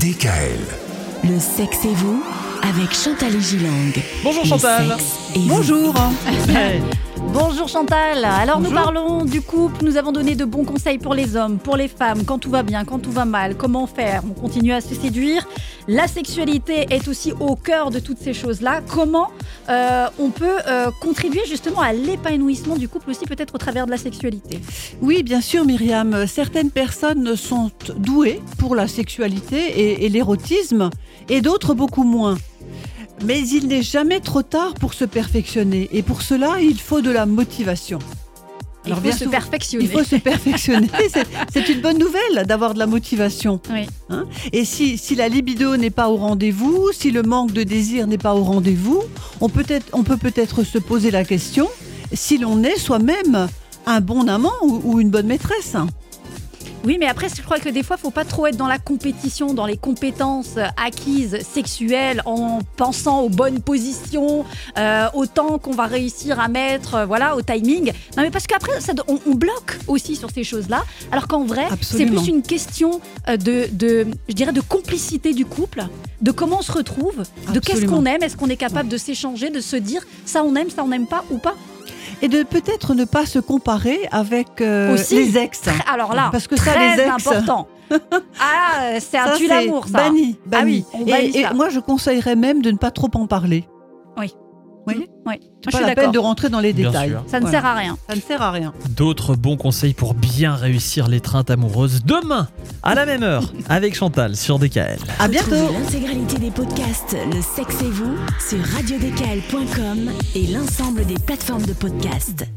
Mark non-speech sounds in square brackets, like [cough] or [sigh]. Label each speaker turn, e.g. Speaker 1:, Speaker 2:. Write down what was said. Speaker 1: DKL.
Speaker 2: Le sexe et vous avec Chantal et Gilang.
Speaker 3: Bonjour Chantal.
Speaker 2: Bonjour.
Speaker 4: Bonjour Chantal. Alors nous
Speaker 3: Bonjour.
Speaker 4: parlons du couple. Nous avons donné de bons conseils pour les hommes, pour les femmes, quand tout va bien, quand tout va mal, comment faire. On continue à se séduire. La sexualité est aussi au cœur de toutes ces choses-là. Comment euh, on peut euh, contribuer justement à l'épanouissement du couple aussi peut-être au travers de la sexualité.
Speaker 5: Oui, bien sûr, Myriam. Certaines personnes sont douées pour la sexualité et, et l'érotisme, et d'autres beaucoup moins. Mais il n'est jamais trop tard pour se perfectionner, et pour cela, il faut de la motivation.
Speaker 4: Il
Speaker 5: Alors,
Speaker 4: faut
Speaker 5: bien
Speaker 4: se
Speaker 5: sûr,
Speaker 4: perfectionner.
Speaker 5: Il faut se perfectionner. [laughs] C'est- C'est une bonne nouvelle d'avoir de la motivation.
Speaker 4: Oui.
Speaker 5: Hein et si, si la libido n'est pas au rendez-vous, si le manque de désir n'est pas au rendez-vous, on peut être- on peut peut-être se poser la question si l'on est soi-même un bon amant ou, ou une bonne maîtresse.
Speaker 4: Oui, mais après, je crois que des fois, faut pas trop être dans la compétition, dans les compétences acquises sexuelles, en pensant aux bonnes positions, euh, au temps qu'on va réussir à mettre, euh, voilà, au timing. Non, mais parce qu'après, ça do- on, on bloque aussi sur ces choses-là, alors qu'en vrai, c'est
Speaker 5: Absolument.
Speaker 4: plus une question euh, de, de, je dirais, de complicité du couple, de comment on se retrouve, de qu'est-ce
Speaker 5: Absolument.
Speaker 4: qu'on aime, est-ce qu'on est capable de s'échanger, de se dire ça on aime, ça on n'aime pas ou pas.
Speaker 5: Et de peut-être ne pas se comparer avec euh,
Speaker 4: Aussi,
Speaker 5: les ex.
Speaker 4: Très- Alors là,
Speaker 5: Parce que ça,
Speaker 4: très
Speaker 5: les ex-
Speaker 4: important.
Speaker 5: [laughs]
Speaker 4: ah, euh, c'est un
Speaker 5: Ça,
Speaker 4: tue
Speaker 5: c'est
Speaker 4: l'amour, ça.
Speaker 5: Banni,
Speaker 4: Ah
Speaker 5: banni.
Speaker 4: oui, on bannit
Speaker 5: et, et
Speaker 4: ça.
Speaker 5: moi, je conseillerais même de ne pas trop en parler.
Speaker 4: Ouais.
Speaker 5: C'est
Speaker 4: Je
Speaker 5: pas
Speaker 4: suis
Speaker 5: la peine
Speaker 4: d'accord.
Speaker 5: de rentrer dans les
Speaker 3: Bien
Speaker 5: détails.
Speaker 3: sûr.
Speaker 4: Ça ne
Speaker 5: Voilà.
Speaker 4: sert à rien.
Speaker 5: Ça ne sert à rien.
Speaker 3: D'autres bons conseils pour bien réussir l'étreinte amoureuse demain à la même heure avec Chantal sur DKL.
Speaker 5: À bientôt.
Speaker 2: Retrouvez L'intégralité des podcasts Le sexe et vous sur radiodécal.com et l'ensemble des plateformes de podcasts.